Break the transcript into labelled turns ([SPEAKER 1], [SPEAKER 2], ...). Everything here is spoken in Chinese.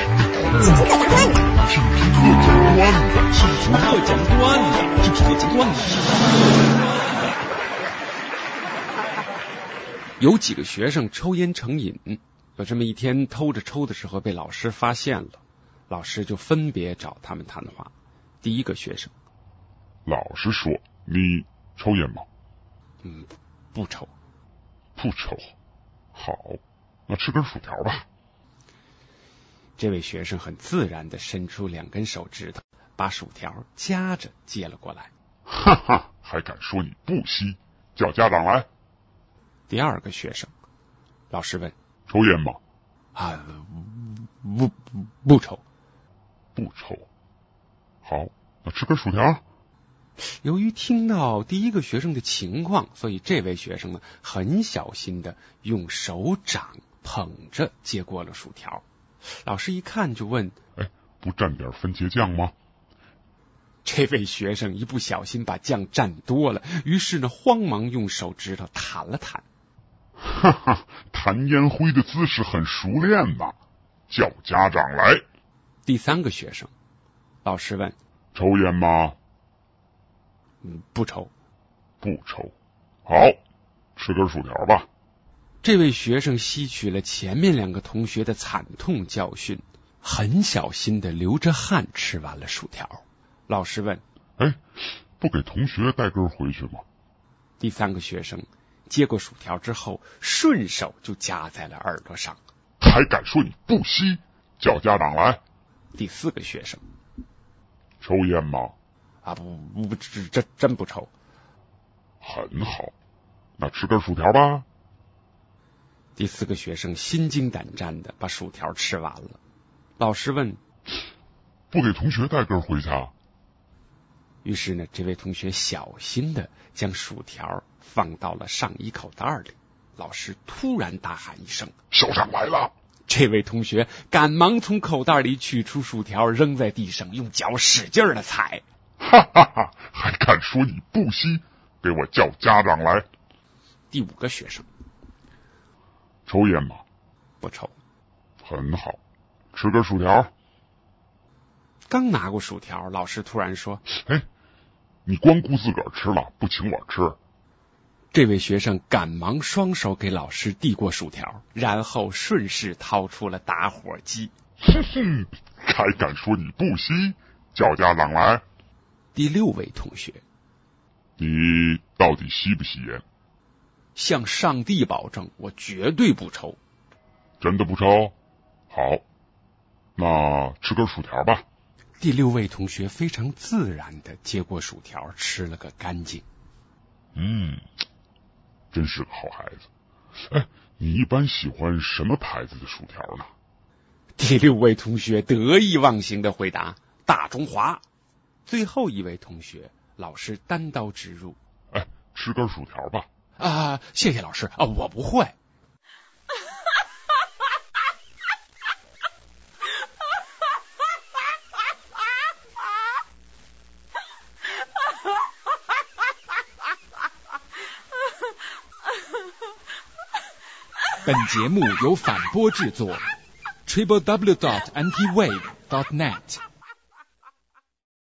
[SPEAKER 1] 是不可能断的。
[SPEAKER 2] 是主播讲段子，是主播讲段子。有几个学生抽烟成瘾，有这么一天偷着抽的时候被老师发现了，老师就分别找他们谈话。第一个学生，
[SPEAKER 3] 老实说，你抽烟吗？
[SPEAKER 2] 嗯，不抽。
[SPEAKER 3] 不抽。好，那吃根薯条吧。
[SPEAKER 2] 这位学生很自然的伸出两根手指头，把薯条夹着接了过来。
[SPEAKER 3] 哈哈，还敢说你不吸？叫家长来。
[SPEAKER 2] 第二个学生，老师问：
[SPEAKER 3] 抽烟吗？
[SPEAKER 2] 啊，不不抽，
[SPEAKER 3] 不抽。好，那吃根薯条。
[SPEAKER 2] 由于听到第一个学生的情况，所以这位学生呢，很小心的用手掌捧着接过了薯条。老师一看就问：“
[SPEAKER 3] 哎，不蘸点番茄酱吗？”
[SPEAKER 2] 这位学生一不小心把酱蘸多了，于是呢，慌忙用手指头弹了弹。
[SPEAKER 3] 哈哈，弹烟灰的姿势很熟练呐、啊！叫家长来。
[SPEAKER 2] 第三个学生，老师问：“
[SPEAKER 3] 抽烟吗？”
[SPEAKER 2] 嗯，不抽，
[SPEAKER 3] 不抽。好，吃根薯条吧。
[SPEAKER 2] 这位学生吸取了前面两个同学的惨痛教训，很小心的流着汗吃完了薯条。老师问：“
[SPEAKER 3] 哎，不给同学带根回去吗？”
[SPEAKER 2] 第三个学生接过薯条之后，顺手就夹在了耳朵上。
[SPEAKER 3] 还敢说你不吸？叫家长来。
[SPEAKER 2] 第四个学生
[SPEAKER 3] 抽烟吗？
[SPEAKER 2] 啊不不，真真不抽。
[SPEAKER 3] 很好，那吃根薯条吧。
[SPEAKER 2] 第四个学生心惊胆战的把薯条吃完了。老师问：“
[SPEAKER 3] 不给同学带根回家？”
[SPEAKER 2] 于是呢，这位同学小心的将薯条放到了上衣口袋里。老师突然大喊一声：“
[SPEAKER 3] 校长来了！”
[SPEAKER 2] 这位同学赶忙从口袋里取出薯条，扔在地上，用脚使劲的踩。
[SPEAKER 3] 哈哈哈！还敢说你不吸？给我叫家长来！
[SPEAKER 2] 第五个学生
[SPEAKER 3] 抽烟吗？
[SPEAKER 2] 不抽。
[SPEAKER 3] 很好，吃根薯条。
[SPEAKER 2] 刚拿过薯条，老师突然说：“
[SPEAKER 3] 哎，你光顾自个儿吃了，不请我吃。”
[SPEAKER 2] 这位学生赶忙双手给老师递过薯条，然后顺势掏出了打火机。
[SPEAKER 3] 哼哼，还敢说你不吸？叫家长来！
[SPEAKER 2] 第六位同学，
[SPEAKER 3] 你到底吸不吸烟？
[SPEAKER 2] 向上帝保证，我绝对不抽。
[SPEAKER 3] 真的不抽？好，那吃根薯条吧。
[SPEAKER 2] 第六位同学非常自然的接过薯条，吃了个干净。
[SPEAKER 3] 嗯，真是个好孩子。哎，你一般喜欢什么牌子的薯条呢？
[SPEAKER 2] 第六位同学得意忘形的回答：“大中华。”最后一位同学，老师单刀直入：“
[SPEAKER 3] 哎，吃根薯条吧。”
[SPEAKER 2] 啊，谢谢老师啊，我不会。本节目由反播制作，triple w dot anti wave dot net。